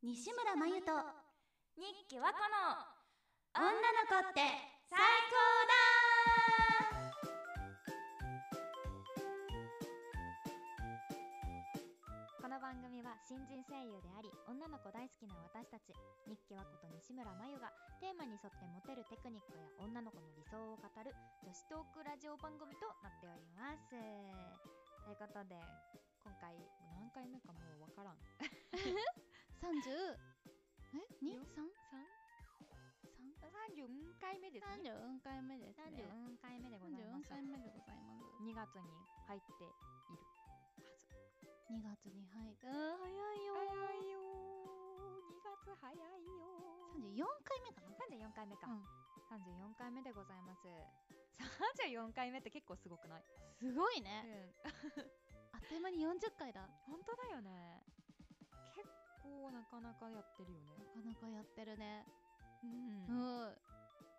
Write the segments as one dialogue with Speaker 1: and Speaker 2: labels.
Speaker 1: 西村真由と
Speaker 2: 日記はこの
Speaker 1: 女の子って
Speaker 2: 最高だ
Speaker 3: この番組は新人声優であり女の子大好きな私たち日記和子と西村真由がテーマに沿ってモテるテクニックや女の子の理想を語る女子トークラジオ番組となっておりますということで今回もう何回目かもうわからん
Speaker 1: 三十え二
Speaker 3: よ
Speaker 1: 三
Speaker 3: 三
Speaker 1: 三
Speaker 3: 34回目です
Speaker 1: 三
Speaker 3: ね
Speaker 1: 十四回目ですね。
Speaker 3: 34回目でござ
Speaker 1: 三
Speaker 3: います
Speaker 1: 十四回目でご
Speaker 3: 2月
Speaker 1: ざいます。
Speaker 3: に入っているはず
Speaker 1: 二月に入ってうん早いよ。
Speaker 3: 早いよー2月早いよー
Speaker 1: 三十四回目かな。
Speaker 3: 34回目か、
Speaker 1: うん
Speaker 3: 34回目でございます34回目って結構すごくない、
Speaker 1: すごいうね。
Speaker 3: ん、
Speaker 1: あっという間に四十回だ。
Speaker 3: 本当だよね結構なかなかやってるよね
Speaker 1: なかなかやってるね。
Speaker 3: うん、
Speaker 1: う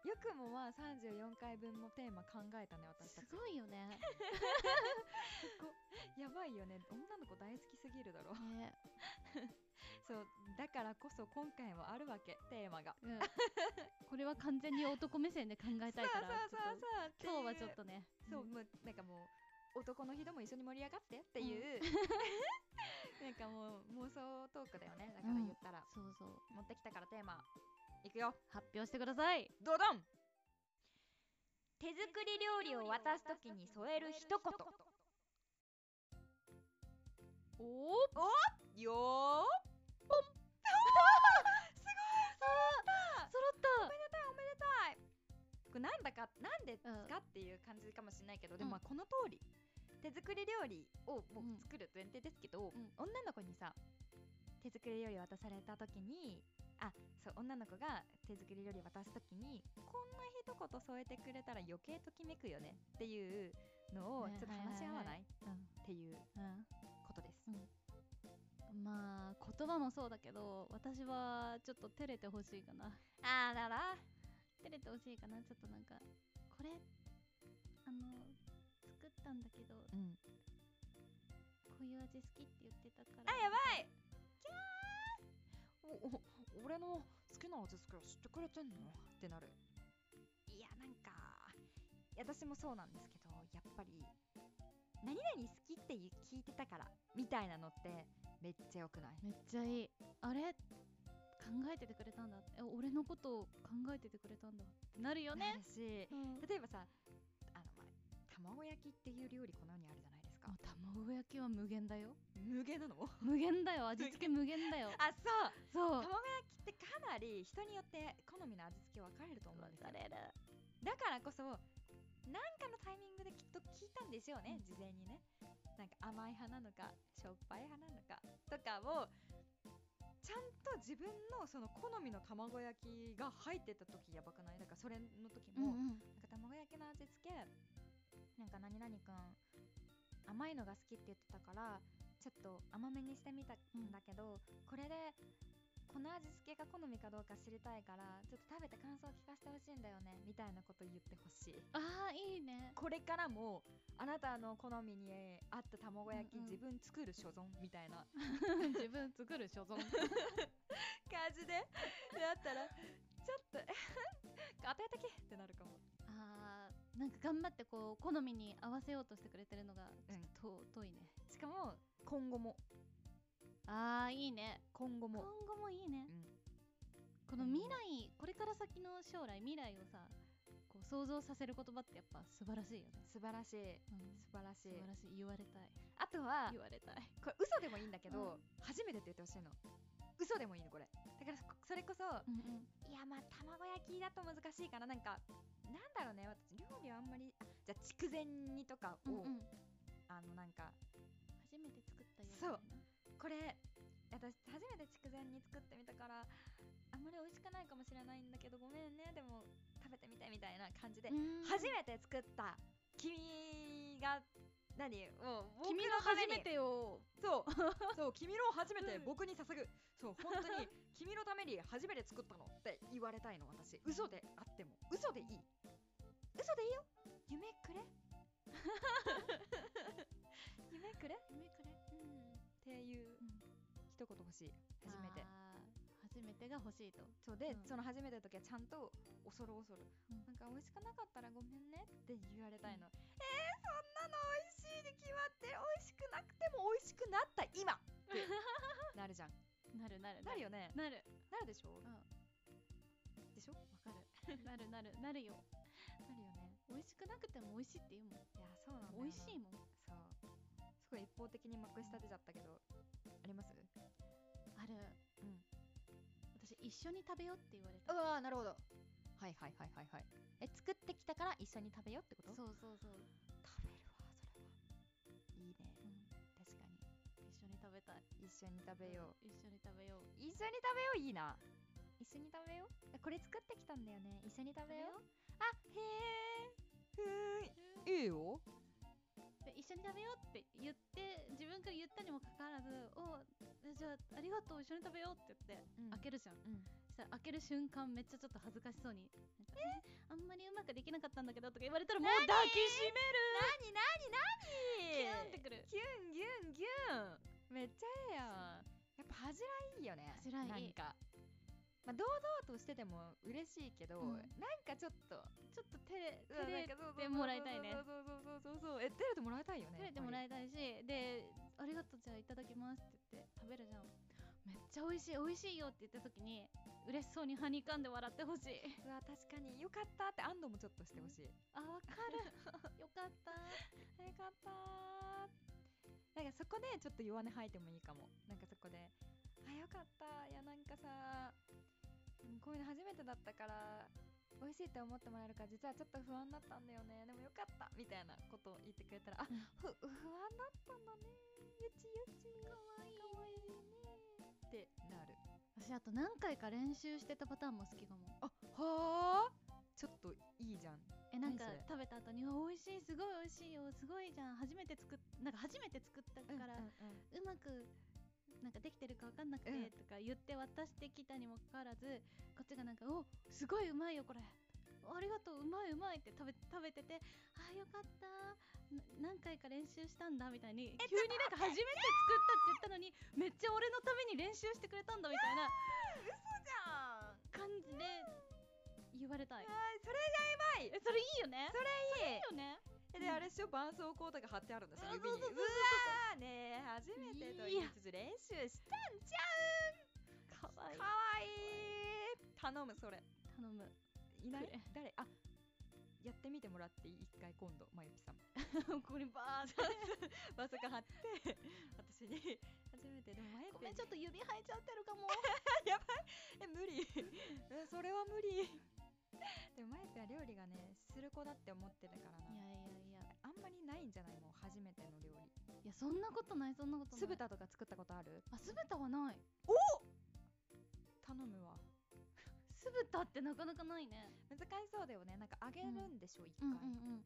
Speaker 3: よ
Speaker 1: ん。
Speaker 3: くもまあ34回分のテーマ考えたね私た
Speaker 1: す
Speaker 3: ち
Speaker 1: ごいよ ね。
Speaker 3: やばいよね女の子大好きすぎるだろ
Speaker 1: ね。
Speaker 3: そうだからこそ今回もあるわけテーマが
Speaker 1: うん。これは完全に男目線で考えたいから。
Speaker 3: そうそうそう
Speaker 1: ち
Speaker 3: そ
Speaker 1: ょっ
Speaker 3: う
Speaker 1: と今日はちょっ
Speaker 3: と
Speaker 1: とね。
Speaker 3: そう、
Speaker 1: ん。
Speaker 3: もうなんかもう男の人も一緒に盛り上がってっていう、 なんかもう妄想トークだよねだから言ったら、
Speaker 1: そうそう。
Speaker 3: 持ってきたからテーマいくよ
Speaker 1: 発表してください。
Speaker 3: ドドン
Speaker 2: 手作り料理を渡すときに添える一言
Speaker 1: おお。
Speaker 3: よー
Speaker 1: 揃った。
Speaker 3: これなんだかなんで
Speaker 1: うん
Speaker 3: かっていう感じかもしれないけど、
Speaker 1: ん
Speaker 3: でもまあこの通り手作り料理をもう作る前提ですけど、
Speaker 1: うん
Speaker 3: 女の子にさ手作り料理渡された時にあそう女の子が手作り料理渡す時にこんな一言添えてくれたら余計ときめくよねっていうのをち
Speaker 1: ね
Speaker 3: ょっと話し合わ
Speaker 1: はい
Speaker 3: ないい
Speaker 1: はうん。
Speaker 3: っていう
Speaker 1: うん。
Speaker 3: ことです。
Speaker 1: まあ言葉もそうだけど私はちょっと照れてほしいかな
Speaker 3: あらら
Speaker 1: 照れてほしいかなちょっとなんかこれあの作ったんだけど
Speaker 3: うん、
Speaker 1: こういう味好きって言ってたから
Speaker 3: あやばいキャーおお俺の好きな味付けを知ってくれてんのってなるいやなんかいや私もそうなんですけどやっぱり何々好きって聞いてたからみたいなのってめっちゃ良くない
Speaker 1: めっちゃいいあれ考えててくれたんだえ俺のことを考えててくれたんだってなるよね
Speaker 3: なるし
Speaker 1: うん
Speaker 3: 例えばさあの、まあ、卵焼きっていう料理この世にあるじゃないですか
Speaker 1: もう卵焼きは無限だよ
Speaker 3: 無限なの
Speaker 1: 無限だよ味付け無限 だよ
Speaker 3: あそう
Speaker 1: そう
Speaker 3: 卵焼きってかなり人によって好みの味付け分かれると思うんですよ
Speaker 1: れる
Speaker 3: だからこそ何かのタイミングできっと聞いたんでしょうね事前にねなんか甘い派なのかしょっぱい派なのかとかをちゃんと自分のその好みの卵焼きが入ってた時やばくないだからそれの時
Speaker 1: うん
Speaker 3: も、
Speaker 1: うん
Speaker 3: なんか卵焼きの味付けなんか何々くん甘いのが好きって言ってたからちょっと甘めにしてみたんだけど、これでこの味付けが好みかどうか知りたいからちょっと食べて感想を聞かせてほしいんだよねみたいなこと言ってほしい
Speaker 1: あーいいね
Speaker 3: これからもあなたの好みに合った卵焼き、
Speaker 1: うんうん
Speaker 3: 自分作る所存みたいな
Speaker 1: 自分作る所存
Speaker 3: 感じでだったらちょっと 家庭的ってなるかも
Speaker 1: あーなんか頑張ってこう好みに合わせようとしてくれてるのがちょっと遠遠いね、
Speaker 3: しかも今後も
Speaker 1: あーいいね
Speaker 3: 今後
Speaker 1: 今
Speaker 3: も、
Speaker 1: 後もいいね
Speaker 3: うん
Speaker 1: この未来これから先の将来未来をさこう想像させる言葉ってやっぱ素晴らしいよね、
Speaker 3: 素晴らしい
Speaker 1: うん
Speaker 3: 素晴らし
Speaker 1: 素
Speaker 3: い
Speaker 1: 晴らしい言われたい
Speaker 3: あとは
Speaker 1: 言われたい
Speaker 3: これ嘘でもいいんだけど、
Speaker 1: う
Speaker 3: 初めてって言ってほしいの嘘でもいいのこれだからそそれこそ
Speaker 1: うんうん
Speaker 3: いやまあ卵焼きだと難しいかななんかなんだろうね私料理はあんまりあじゃあ筑前煮とかを、
Speaker 1: うんうん
Speaker 3: あのなんか
Speaker 1: 初めて作ったよ
Speaker 3: そうこれ私初めて筑前煮作ってみたからあんまり美味しくないかもしれないんだけどごめんねでも食べてみてみたいな感じで、初
Speaker 1: 初
Speaker 3: めて作った君が何もう僕
Speaker 1: 君の
Speaker 3: ため
Speaker 1: 初
Speaker 3: に
Speaker 1: めてを
Speaker 3: そうそう君のを初めて
Speaker 1: うん
Speaker 3: 僕に捧ぐそう本当に君のために初めて作ったのって言われたいの私嘘であっても嘘でいい嘘でいいよ夢くれ夢くれ
Speaker 1: 夢くれ
Speaker 3: っていう一言欲しい初めて
Speaker 1: あーが欲しいと。
Speaker 3: そうで、
Speaker 1: うん
Speaker 3: その初めての時はちゃんと恐る恐る、
Speaker 1: うん
Speaker 3: なんか美味しくなかったらごめんねって言われたいの、え
Speaker 1: う
Speaker 3: ー、そんなの美味しいに決まってる美味しくなくても美味しくなった今ってなるじゃん
Speaker 1: なるなる
Speaker 3: なるよね
Speaker 1: なる
Speaker 3: なるでしょ、でしょわかる
Speaker 1: なるなるなるよ。
Speaker 3: なるよね
Speaker 1: 美味しくなくても美味しいって言う
Speaker 3: い
Speaker 1: も
Speaker 3: やそうなんだよな
Speaker 1: ん。美味しいもん。
Speaker 3: そうすごい一方的にまくし立てちゃったけどあります
Speaker 1: ある。
Speaker 3: うん。
Speaker 1: 私一緒に食べようって言われた。
Speaker 3: うわーなるほどはいはいはいはいはい
Speaker 2: え作ってきたから一緒に食べようってこと
Speaker 1: そうそうそう。
Speaker 3: 食べるわそれはいいね
Speaker 1: うん
Speaker 3: 確かに
Speaker 1: 一緒に食べたい。
Speaker 3: 一緒に食べよう
Speaker 1: 一緒に食べよう。
Speaker 3: 一緒に食べよういいな
Speaker 2: 一緒に食べようえこれ作ってきたんだよね一緒に食べよう
Speaker 3: あへえいいよ
Speaker 1: で一緒に食べようって言って自分から言ったにもかかわらず「おうじゃあありがとう一緒に食べよう」って言って
Speaker 2: うん
Speaker 1: 開けるじゃん、
Speaker 2: うん
Speaker 1: そしたら開ける瞬間めっちゃちょっと恥ずかしそうになんかえあんまりうまくできなかったんだけど」とか言われたらもう抱きしめキ
Speaker 3: キュン
Speaker 1: ュン
Speaker 3: っ
Speaker 1: っててくる
Speaker 3: キュンギュンギュンめっちゃええやんやっぱ恥じらいいよね
Speaker 1: 恥じらいい
Speaker 3: なんかまあ、堂々としてても嬉しいけど、
Speaker 1: うん
Speaker 3: なんかちょっと
Speaker 1: ちょっと照れ
Speaker 3: うわ
Speaker 1: 照れ
Speaker 3: なんかそうそう
Speaker 1: てもらいたいね
Speaker 3: そうそうそうそうそうそうえ照れてもらいたいよね
Speaker 1: 照れてもら
Speaker 3: い
Speaker 1: いたいしで「ありがとうじゃあいただきます」って言って食べるじゃんめっちゃ美味しい美味しいよって言った時に嬉しそうにはにかんで笑ってほしいう
Speaker 3: わ確かによかったって安堵もちょっとしてほしい、
Speaker 1: あわか るよかった
Speaker 3: よかったーなんかそこでちょっと弱音吐いてもいいかもなんかそこで「あよかったいやなんかさうんこういうの初めてだったから美味しいって思ってもらえるから実はちょっと不安だったんだよねでもよかった」みたいなことを言ってくれたら「あ
Speaker 1: うん
Speaker 3: ふ不安だったんだねよちよちかわいいかわいいね」ってなる
Speaker 1: 私あと何回か練習してたパターンも好きかも
Speaker 3: あはあちょっといいじゃん
Speaker 1: えなんか
Speaker 3: 何それ
Speaker 1: 食べた後に「うわ美味しいすごい美味しいよすごいじゃん初めて作っなんか初めて作った
Speaker 3: だ
Speaker 1: から、うまくなんかできてるか分かんなくて」
Speaker 3: うん
Speaker 1: とか言って渡してきたにもかかわらずこっちがなんか「おすごいうまいよこれありがとううまいうまい」って食べ食べてて「あーよかったな何回か練習したんだ」みたいに急になんか初めて作ったって言ったのにめっちゃ俺のために練習してくれたんだみたいな
Speaker 3: じゃん
Speaker 1: 感じで言われたい。
Speaker 3: それがやばい
Speaker 1: えそれいいよね
Speaker 3: それいい
Speaker 1: いいよね
Speaker 3: えで、あれっしょ絆創膏とか貼ってあるんですよ
Speaker 1: あ
Speaker 3: 指にう
Speaker 1: そうそうそうそう
Speaker 3: わーねえ初めてと言いつつ練習したんじ
Speaker 1: かわ
Speaker 3: ゃ
Speaker 1: い
Speaker 3: ん
Speaker 1: い
Speaker 3: かわいい頼むそれ
Speaker 1: 頼む
Speaker 3: いない
Speaker 1: くれ
Speaker 3: 誰あやってみてもらっていい一回今度まゆきさん
Speaker 1: これバ ーって
Speaker 3: まさか貼って私に初めてでもまゆ
Speaker 1: ご
Speaker 3: き
Speaker 1: めんちょっと指生えちゃって るかも
Speaker 3: え無理えそれは無理でもまゆきは料理がねする子だって思ってたから
Speaker 1: い
Speaker 3: な
Speaker 1: やいやいや
Speaker 3: あんまりないんじゃないもう初めての料理
Speaker 1: いやそんなことないそんなことない
Speaker 3: 酢豚とか作ったことある
Speaker 1: あ酢豚はない
Speaker 3: 頼むわ
Speaker 1: 酢豚ってなかなかないね
Speaker 3: 難しそうだよねなんか揚げるんでしょ、一
Speaker 1: うんうん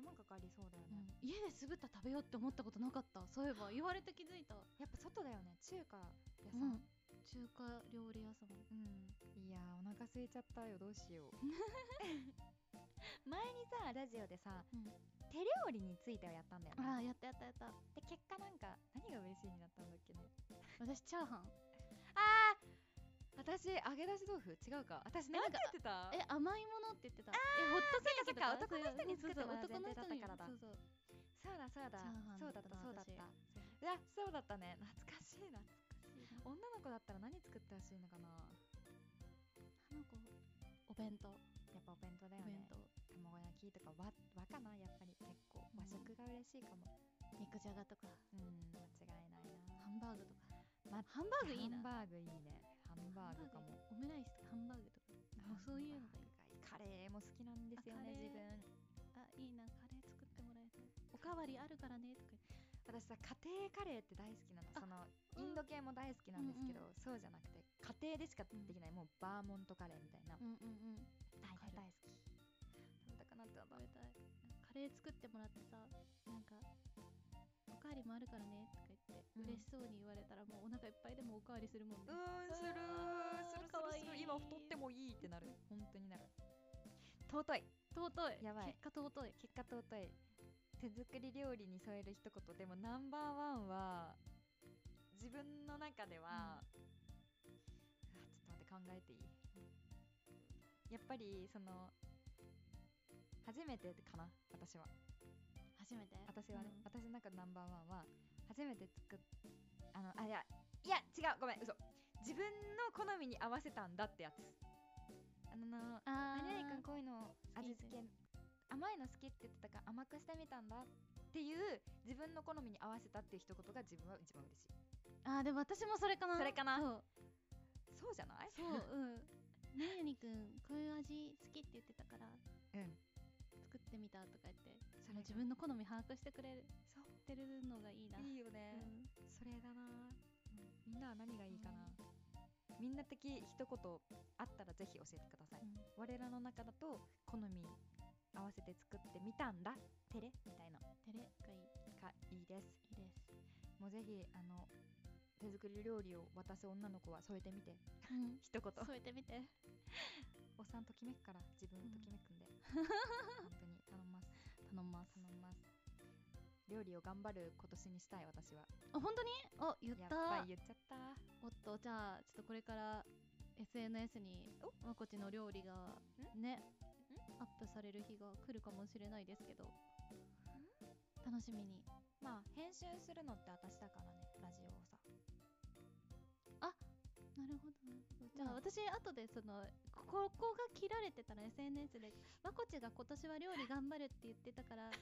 Speaker 3: 回、手
Speaker 1: うん、
Speaker 3: 間かかりそうだよ
Speaker 1: う
Speaker 3: ね、
Speaker 1: ん、家で酢豚食べようって思ったことなかったそういえば言われて気づいた、
Speaker 3: やっぱ外だよね中華屋
Speaker 1: う
Speaker 3: さん、うん
Speaker 1: ん、中華料理屋さん
Speaker 3: いやーお腹空いちゃったよどうしよ う前にさラジオでさ、
Speaker 1: うん
Speaker 3: 手料理についてはやったんだよ
Speaker 1: ああ
Speaker 3: ね
Speaker 1: やったやったやった
Speaker 3: で結果なんか何が嬉しいになったんだっけね
Speaker 1: 私チャーハン
Speaker 3: あー私揚げ出し豆腐違うか私
Speaker 1: なん
Speaker 3: 何
Speaker 1: か
Speaker 3: て言ってた
Speaker 1: え甘いものって言ってたえホットケーキとか
Speaker 3: そっかそっか男の人に作ってもらう
Speaker 1: そうそう
Speaker 3: 前提だった
Speaker 1: 男の人に
Speaker 3: からだ
Speaker 1: そうそう
Speaker 3: そうだそうだ
Speaker 1: チャーハン
Speaker 3: そう
Speaker 1: だっ
Speaker 3: だ
Speaker 1: た
Speaker 3: った
Speaker 1: な
Speaker 3: そうだった
Speaker 1: 私
Speaker 3: いやそうだったね懐かしいな女の子だったら何作ってほしいのかな
Speaker 1: なんかお弁当お
Speaker 3: やっぱお弁当だよ
Speaker 1: 弁
Speaker 3: ね
Speaker 1: 当
Speaker 3: 卵焼きとか和和かなやっぱり結構
Speaker 1: うん
Speaker 3: 和食が嬉しいかも
Speaker 1: 肉じゃがとか
Speaker 3: うん間違いないな
Speaker 1: ハンバーグとか。
Speaker 3: ま
Speaker 1: ハンバーグいいな。
Speaker 3: ハンバーグいいねハンバーグかも
Speaker 1: オムライスとかハンバーグとか。もうそういうのがいい。
Speaker 3: ハンバーグがいいカレーも好きなんですよ
Speaker 1: あ
Speaker 3: ね
Speaker 1: カレー
Speaker 3: 自分
Speaker 1: あ、いいな、カレー作ってもらえたら。おかわりあるからねとか言って。
Speaker 3: 私さ家庭カレーって大好きなの
Speaker 1: あ
Speaker 3: その
Speaker 1: うん
Speaker 3: インド系も大好きなんですけど、
Speaker 1: う
Speaker 3: そうじゃなくて家庭でしかできない、もうバーモントカレーみたいな、
Speaker 1: うんうんうん。
Speaker 3: 大
Speaker 1: わかる
Speaker 3: 大好き食べたくなっちゃった
Speaker 1: 食べたい。カレー作ってもらってさ、なんか。おかわりもあるからねとか言って、
Speaker 3: うん
Speaker 1: 嬉しそうに言われたらもうお腹いっぱいでもおかわりするもんね。
Speaker 3: うんする
Speaker 1: あー
Speaker 3: する
Speaker 1: かわい
Speaker 3: する
Speaker 1: い
Speaker 3: する今太ってもいいってなる本当になる尊い
Speaker 1: 尊い。
Speaker 3: やばい
Speaker 1: 結果尊い。
Speaker 3: 結果尊い手作り料理に添える一言でもナンバーワンは自分の中では、うわちょっと待って考えていいやっぱりその初めてかな私は
Speaker 1: 初めて
Speaker 3: 私はね、
Speaker 1: うん
Speaker 3: 私の中のナンバーワンは初めて作っあのあいやいや違うごめん嘘自分の好みに合わせたんだってやつあのな
Speaker 1: あ
Speaker 3: 何々
Speaker 1: ー
Speaker 3: くんこういうの味付け甘いの好きって言ってたから甘くしてみたんだっていう自分の好みに合わせたっていう一言が自分は一番嬉しい
Speaker 1: あーでも私もそれかな
Speaker 3: それかな
Speaker 1: そう
Speaker 3: そうじゃない
Speaker 1: そううん何々くんこういう味好きって言ってたから
Speaker 3: うん
Speaker 1: 作ってみたとか言って
Speaker 3: そ
Speaker 1: もう
Speaker 3: れ
Speaker 1: 自分の好み把握してくれる
Speaker 3: そう
Speaker 1: ってるのがいいな、
Speaker 3: いいよね、
Speaker 1: うん
Speaker 3: それだな、みんなは何がいいかな、みんな的一言あったらぜひ教えてください、
Speaker 1: うん
Speaker 3: 我らの中だと好み合わせて作ってみたんだてれみたいなの
Speaker 1: 照れがいい
Speaker 3: がいいです
Speaker 1: いいです
Speaker 3: もうぜひあの手作り料理を渡す女の子は添えてみて
Speaker 1: うん
Speaker 3: 一言
Speaker 1: 添えてみて
Speaker 3: おっさんときめくから自分ときめくんで、本当に頼みます
Speaker 1: 頼んます
Speaker 3: 頼みます料理を頑張る今年にしたい私は
Speaker 1: あ本当にあ言っ
Speaker 3: やったぱり言っちゃった
Speaker 1: おっとじゃあちょっとこれから SNS にまこちの料理がねアップされる日が来るかもしれないですけど楽しみに
Speaker 2: まあ編集するのって私だからねラジオをさ
Speaker 1: なるほどなるほどじゃあ私後でそのここが切られてたら SNS でまこちが今年は料理頑張るって言ってたから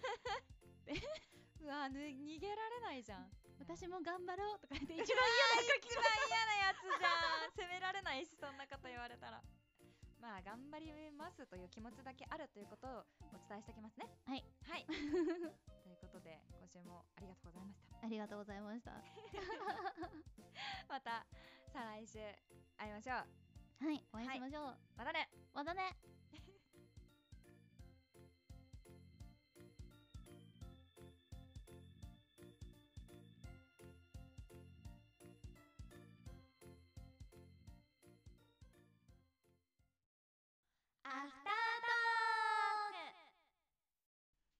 Speaker 3: うわぬ逃げられないじゃん
Speaker 1: 私
Speaker 3: も
Speaker 1: も頑張ろうとか言って一番
Speaker 3: 一番嫌なやつじ ゃん責められないしそんなこと言われたらまあ頑張りますという気持ちだけあるということをお伝えしておきますね
Speaker 1: はい
Speaker 3: はいということで今週もありがとうございました
Speaker 1: ありがとうございましたは
Speaker 3: また再来週会いましょう
Speaker 1: いお会いしましょう、
Speaker 3: またね
Speaker 1: またね
Speaker 2: アフター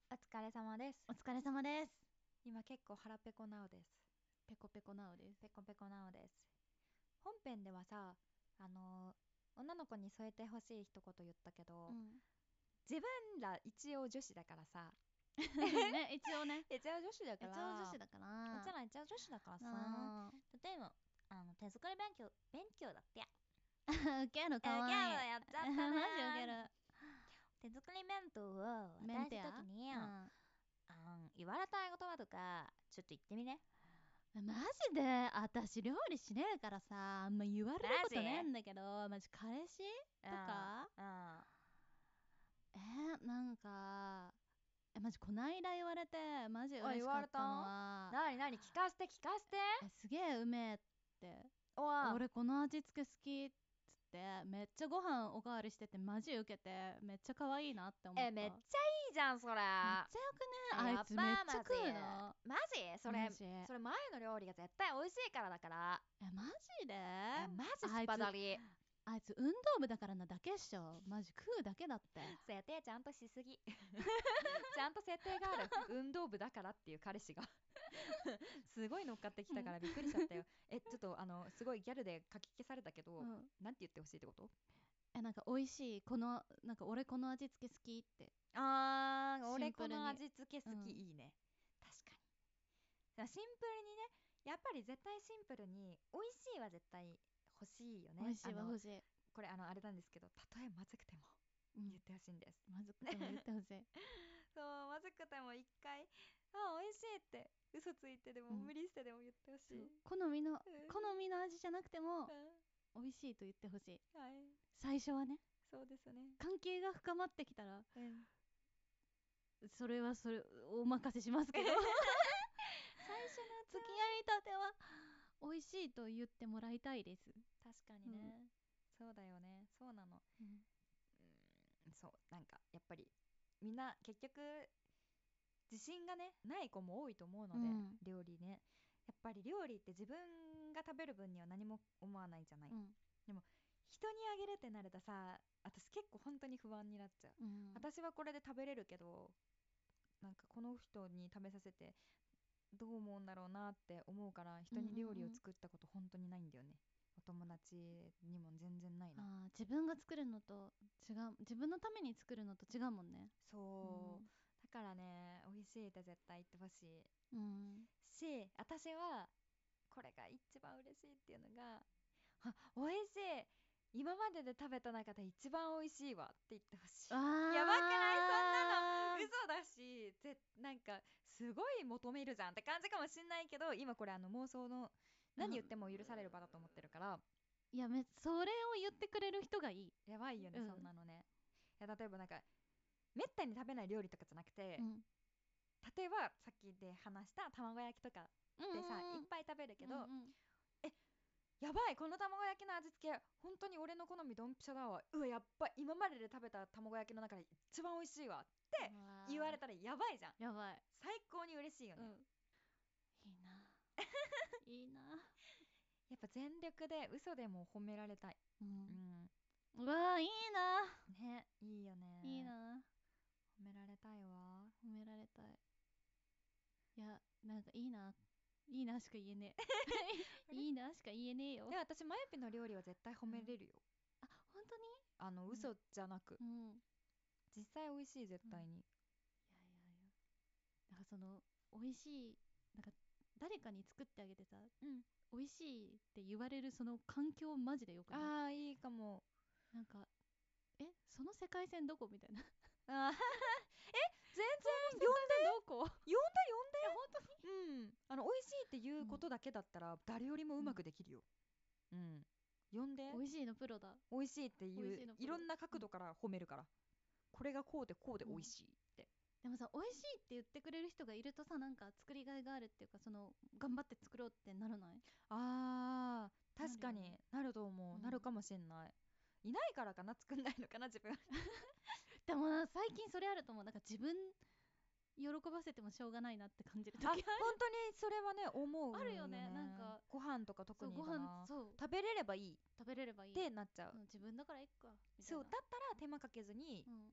Speaker 3: お疲れ様です
Speaker 1: お疲れ様です
Speaker 3: 今結構腹ペコなおです
Speaker 1: ペコペコなおです
Speaker 3: ペコペコなおです本編ではさあのー女の子に添えてほしい一言言ったけど、自分ら一応女子だからさ
Speaker 1: うん ね 一応ね
Speaker 3: 一応女子だ
Speaker 1: 一
Speaker 3: から
Speaker 1: 応女子だから
Speaker 3: うちら一応女子だからさ
Speaker 1: あ
Speaker 2: 例えばあの手作り勉強勉強だってや
Speaker 1: ーウケるかわいい。
Speaker 2: やっちゃった な
Speaker 1: マジウケる。
Speaker 2: 手作り弁当を
Speaker 1: メ
Speaker 2: 渡
Speaker 1: ン
Speaker 2: す
Speaker 1: テ
Speaker 2: 時
Speaker 1: や
Speaker 2: に、あん言われたい言葉とかちょっと言ってみね
Speaker 1: うんマジで、私料理しねえからさ、あんま言われることねえんだけど、マジ彼氏とか
Speaker 2: うん
Speaker 1: えー、なんか、え、マジこないだ言われて、マジ嬉しかったのは、
Speaker 3: なになに聞かせて聞かせて
Speaker 1: えすげえうめえって、
Speaker 3: おわ
Speaker 1: 俺この味付け好きっつって、めっちゃご飯おかわりしてて、マジ受けて、めっちゃ可愛いなって思った。
Speaker 3: えめっちゃ
Speaker 1: め
Speaker 3: い
Speaker 1: っ
Speaker 3: いじゃんそれ
Speaker 1: ちゃよくねあいつめっちゃ食うの。
Speaker 3: マジそれ
Speaker 1: マジ
Speaker 3: それ前の料理が絶対美味しいからだから
Speaker 1: えマジで
Speaker 3: えマジスパダリ
Speaker 1: あいつ運動部だからなだけっしょマジ食うだけだって
Speaker 3: 設定ちゃんとしす ぎちゃんと設定がある運動部だからっていう彼氏 がすごい乗っかってきたからびっくりしちゃったよえちょっとあのすごいギャルで書き消されたけど、
Speaker 1: うん
Speaker 3: なんて言ってほしいってこと
Speaker 1: えなんか美味しいこのなんか俺この味付け好きって
Speaker 3: あー
Speaker 1: シ
Speaker 3: 俺
Speaker 1: ン
Speaker 3: こ
Speaker 1: プルに
Speaker 3: の味付け好き、
Speaker 1: う
Speaker 3: いい
Speaker 1: ん
Speaker 3: ね確かにだからシンプルにねやっぱり絶対シンプルに美味しいは絶対欲しいよね
Speaker 1: 美味しい
Speaker 3: あ
Speaker 1: は
Speaker 3: の
Speaker 1: 欲しい
Speaker 3: これあのあれなんですけどたとえまずくても
Speaker 1: うん
Speaker 3: 言ってほしいんです
Speaker 1: まずくても言ってほしい
Speaker 3: そうまずくても一回あ美味しいって嘘ついてでも、
Speaker 1: うん
Speaker 3: 無理してでも言ってほしい、
Speaker 1: 好み
Speaker 3: う
Speaker 1: の
Speaker 3: ん
Speaker 1: 好みの味じゃなくても
Speaker 3: う
Speaker 1: 美味しいと言ってほし
Speaker 3: ん
Speaker 1: い
Speaker 3: はい
Speaker 1: 最初はね
Speaker 3: そうですね、
Speaker 1: 関係が深まってきた
Speaker 3: う
Speaker 1: ら
Speaker 3: ん、
Speaker 1: それはそれお任せしま すけど
Speaker 3: 最初の
Speaker 1: 付き合いたては美味しいと言ってもらいたいです、
Speaker 3: 確か
Speaker 1: う
Speaker 3: に
Speaker 1: ん
Speaker 3: ね、そうだよねそうなのうんそうなんかやっぱりみんな結局自信がねない子も多いと思うので、
Speaker 1: うん
Speaker 3: 料理ねやっぱり料理って自分が食べる分には何も思わないじゃない、
Speaker 1: うん
Speaker 3: 人にあげるってなるとさ私結構本当に不安になっちゃう、
Speaker 1: うん
Speaker 3: 私はこれで食べれるけどなんかこの人に食べさせてどう思うんだろうなって思うから人に料理を作ったこと本当にないんだよね、お友達にも全然ないな、
Speaker 1: あー自分が作るのと違う自分のために作るのと違うもんね
Speaker 3: そう、だからね美味しいって絶対言ってほしい
Speaker 1: うん、うん
Speaker 3: し私はこれが一番嬉しいっていうのが「あ美味しい今までで食べた中で一番美味しいわ」って言ってほしい
Speaker 1: あー
Speaker 3: やばくないそんなの嘘だしぜなんかすごい求めるじゃんって感じかもしんないけど今これあの妄想の何言っても許される場だと思ってるから
Speaker 1: いやめそれを言ってくれる人がいい、
Speaker 3: やばいよね、
Speaker 1: うん
Speaker 3: そんなのねいや例えばなんかめったに食べない料理とかじゃなくて、
Speaker 1: うん
Speaker 3: 例えばさっきで話した卵焼きとかでさ、
Speaker 1: うんうんう
Speaker 3: いっ
Speaker 1: ん
Speaker 3: ぱい食べるけど、
Speaker 1: うんうん
Speaker 3: やばいこの卵焼きの味付け本当に俺の好みドンピシャだわうわやっば今までで食べた卵焼きの中で一番美味しいわて
Speaker 1: うわー
Speaker 3: 言われたらやばいじゃん
Speaker 1: やばい、
Speaker 3: 最高に嬉しいよね、
Speaker 1: いいな いいな、
Speaker 3: やっぱ全力で嘘でも褒められたい、
Speaker 1: う、
Speaker 3: うんん、
Speaker 1: うわーいいな、
Speaker 3: ねいいよね
Speaker 1: いいな
Speaker 3: 褒められたいわ
Speaker 1: 褒められたいいやなんかいいないいなしか言えね えいいなしか言えねえよ
Speaker 3: で私マユピの料理は絶対褒めれるよ、
Speaker 1: あ本当に
Speaker 3: あの
Speaker 1: ん
Speaker 3: 嘘じゃなく、
Speaker 1: うんいやいやい
Speaker 3: 実際美味しい絶対に、
Speaker 1: やなんかその美味しいなんか誰かに作ってあげてさ、
Speaker 3: うん
Speaker 1: 美味しいって言われるその環境マジでよくない
Speaker 3: ああいいかも
Speaker 1: なんかえその世界線どこみたいな
Speaker 3: あー え全然
Speaker 1: どこ
Speaker 3: うん、あの美味しいっていうことだけだったら誰よりもうまくできるよ。うん、呼んで
Speaker 1: 美味しいのプロだ
Speaker 3: 美味しいってい
Speaker 1: 美味しいの
Speaker 3: う
Speaker 1: プロ
Speaker 3: いろんな角度から褒めるから、これがこうでこうで
Speaker 1: うん
Speaker 3: 美味しいって、
Speaker 1: でもさ美味しいって言ってくれる人がいるとさなんか作りがいがあるっていうかその頑張って作ろうってならない
Speaker 3: あー確か
Speaker 1: なるよ
Speaker 3: に
Speaker 1: ね
Speaker 3: なると思う、
Speaker 1: うん
Speaker 3: なるかもしんないいないからかな作んないのかな自分
Speaker 1: でもな最近それあると思うなんか自分喜ばせてもしょうがないなって感じる時
Speaker 3: あ
Speaker 1: あ
Speaker 3: 本当にそれはね思う
Speaker 1: あるよねなんか
Speaker 3: ご飯とか特
Speaker 1: そう
Speaker 3: に
Speaker 1: ご
Speaker 3: だ
Speaker 1: 飯
Speaker 3: な
Speaker 1: そう
Speaker 3: 食べれればいいっ
Speaker 1: 食べれればいい
Speaker 3: てなっちゃう、
Speaker 1: うん自分だからいっかみたい
Speaker 3: そう
Speaker 1: な
Speaker 3: だったら手間かけずに
Speaker 1: う
Speaker 3: っ
Speaker 1: ん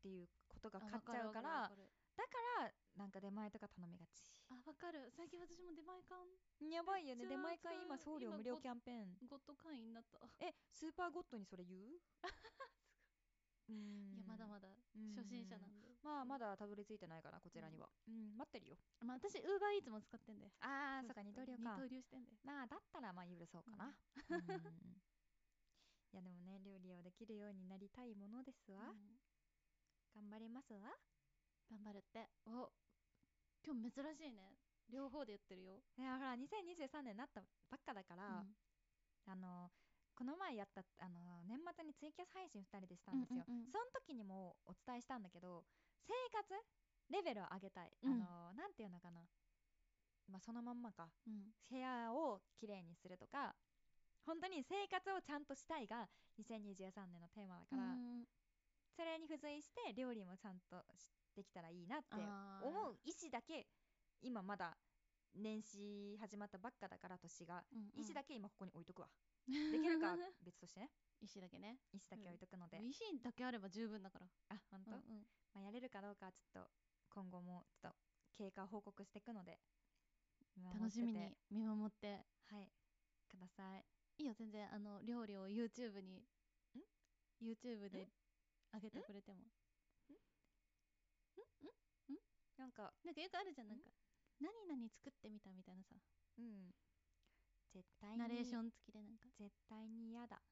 Speaker 3: ていうことが
Speaker 1: あ
Speaker 3: 買っちゃうから
Speaker 1: わかる
Speaker 3: だからなんか出前とか頼みがち
Speaker 1: わかるわかるあわかる最近私も出前館
Speaker 3: やばいよね。
Speaker 1: めっ
Speaker 3: で、
Speaker 1: ちゃ
Speaker 3: 毎回今
Speaker 1: そう
Speaker 3: 送料
Speaker 1: 今
Speaker 3: 無料
Speaker 1: ご
Speaker 3: キャンペーン。
Speaker 1: ゴッド会員になった、
Speaker 3: え、スーパーゴッドにそれ 言ううん
Speaker 1: いやまだまだ
Speaker 3: うん
Speaker 1: 初心者なんで、
Speaker 3: まあ、まだたどり着いてないかな、こちらには。うん、待ってるよ。
Speaker 1: まあ、私ウーバーイーツも使ってんで
Speaker 3: あ
Speaker 1: そ
Speaker 3: そ
Speaker 1: う
Speaker 3: うか、
Speaker 1: そう
Speaker 3: 二刀流か
Speaker 1: 二刀。流してんで
Speaker 3: まあ、だったらまあ許そうかな。うんいや、でもね、料理をできるようになりたいものですわ
Speaker 1: うん。
Speaker 3: 頑張りますわ。
Speaker 1: 頑張るってお今日珍しいね両方で言ってるよ、
Speaker 3: いや、ほら、2023年になったばっかだか
Speaker 1: う
Speaker 3: ら、
Speaker 1: ん
Speaker 3: あのこの前やったあの年末にツイキャス配信2人でしたんですよ、
Speaker 1: うんうんうん
Speaker 3: その時にもお伝えしたんだけど生活レベルを上げたい、
Speaker 1: うん
Speaker 3: あのなんていうのかな、まあ、そのまんまか
Speaker 1: うん
Speaker 3: 部屋をきれいにするとか本当に生活をちゃんとしたいが2023年のテーマだから、
Speaker 1: うん
Speaker 3: それに付随して料理もちゃんとしできたらいいなって
Speaker 1: あ
Speaker 3: 思
Speaker 1: ー
Speaker 3: う意思だけ今まだ年始始まったばっかだから年が
Speaker 1: うんうん
Speaker 3: 石だけ今ここに置いとくわ、できるか別としてね
Speaker 1: 石だけね
Speaker 3: 石だけ置いとくので、
Speaker 1: 石だけあれば十分だから
Speaker 3: あ本当、
Speaker 1: うん
Speaker 3: ま
Speaker 1: うん
Speaker 3: あ、やれるかどうかはちょっと今後もちょっと経過を報告していくので見守ってて
Speaker 1: 楽しみに見守って
Speaker 3: はいください
Speaker 1: いいよ全然あの料理を YouTube に YouTube で上げてくれても
Speaker 3: なんか
Speaker 1: なんかよくあるじゃんなん
Speaker 3: ん
Speaker 1: か何々作ってみたみたいなさ
Speaker 3: うん絶対に
Speaker 1: ナレーション付きでなんか
Speaker 3: 絶対に嫌だ、
Speaker 1: は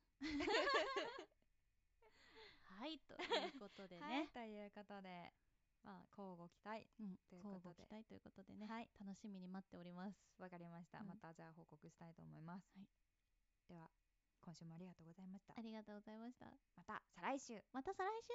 Speaker 1: いということで
Speaker 3: はい
Speaker 1: ね、
Speaker 3: ということでまあ交互期待
Speaker 1: うん
Speaker 3: という
Speaker 1: 交
Speaker 3: こと
Speaker 1: 互
Speaker 3: で
Speaker 1: 期待ということでね
Speaker 3: はい
Speaker 1: 楽しみに待っております
Speaker 3: わかりました、
Speaker 1: うん
Speaker 3: またじゃあ報告したいと思います、
Speaker 1: はい
Speaker 3: では今週もありがとうございました
Speaker 1: ありがとうございました
Speaker 3: また再来週
Speaker 1: また再来週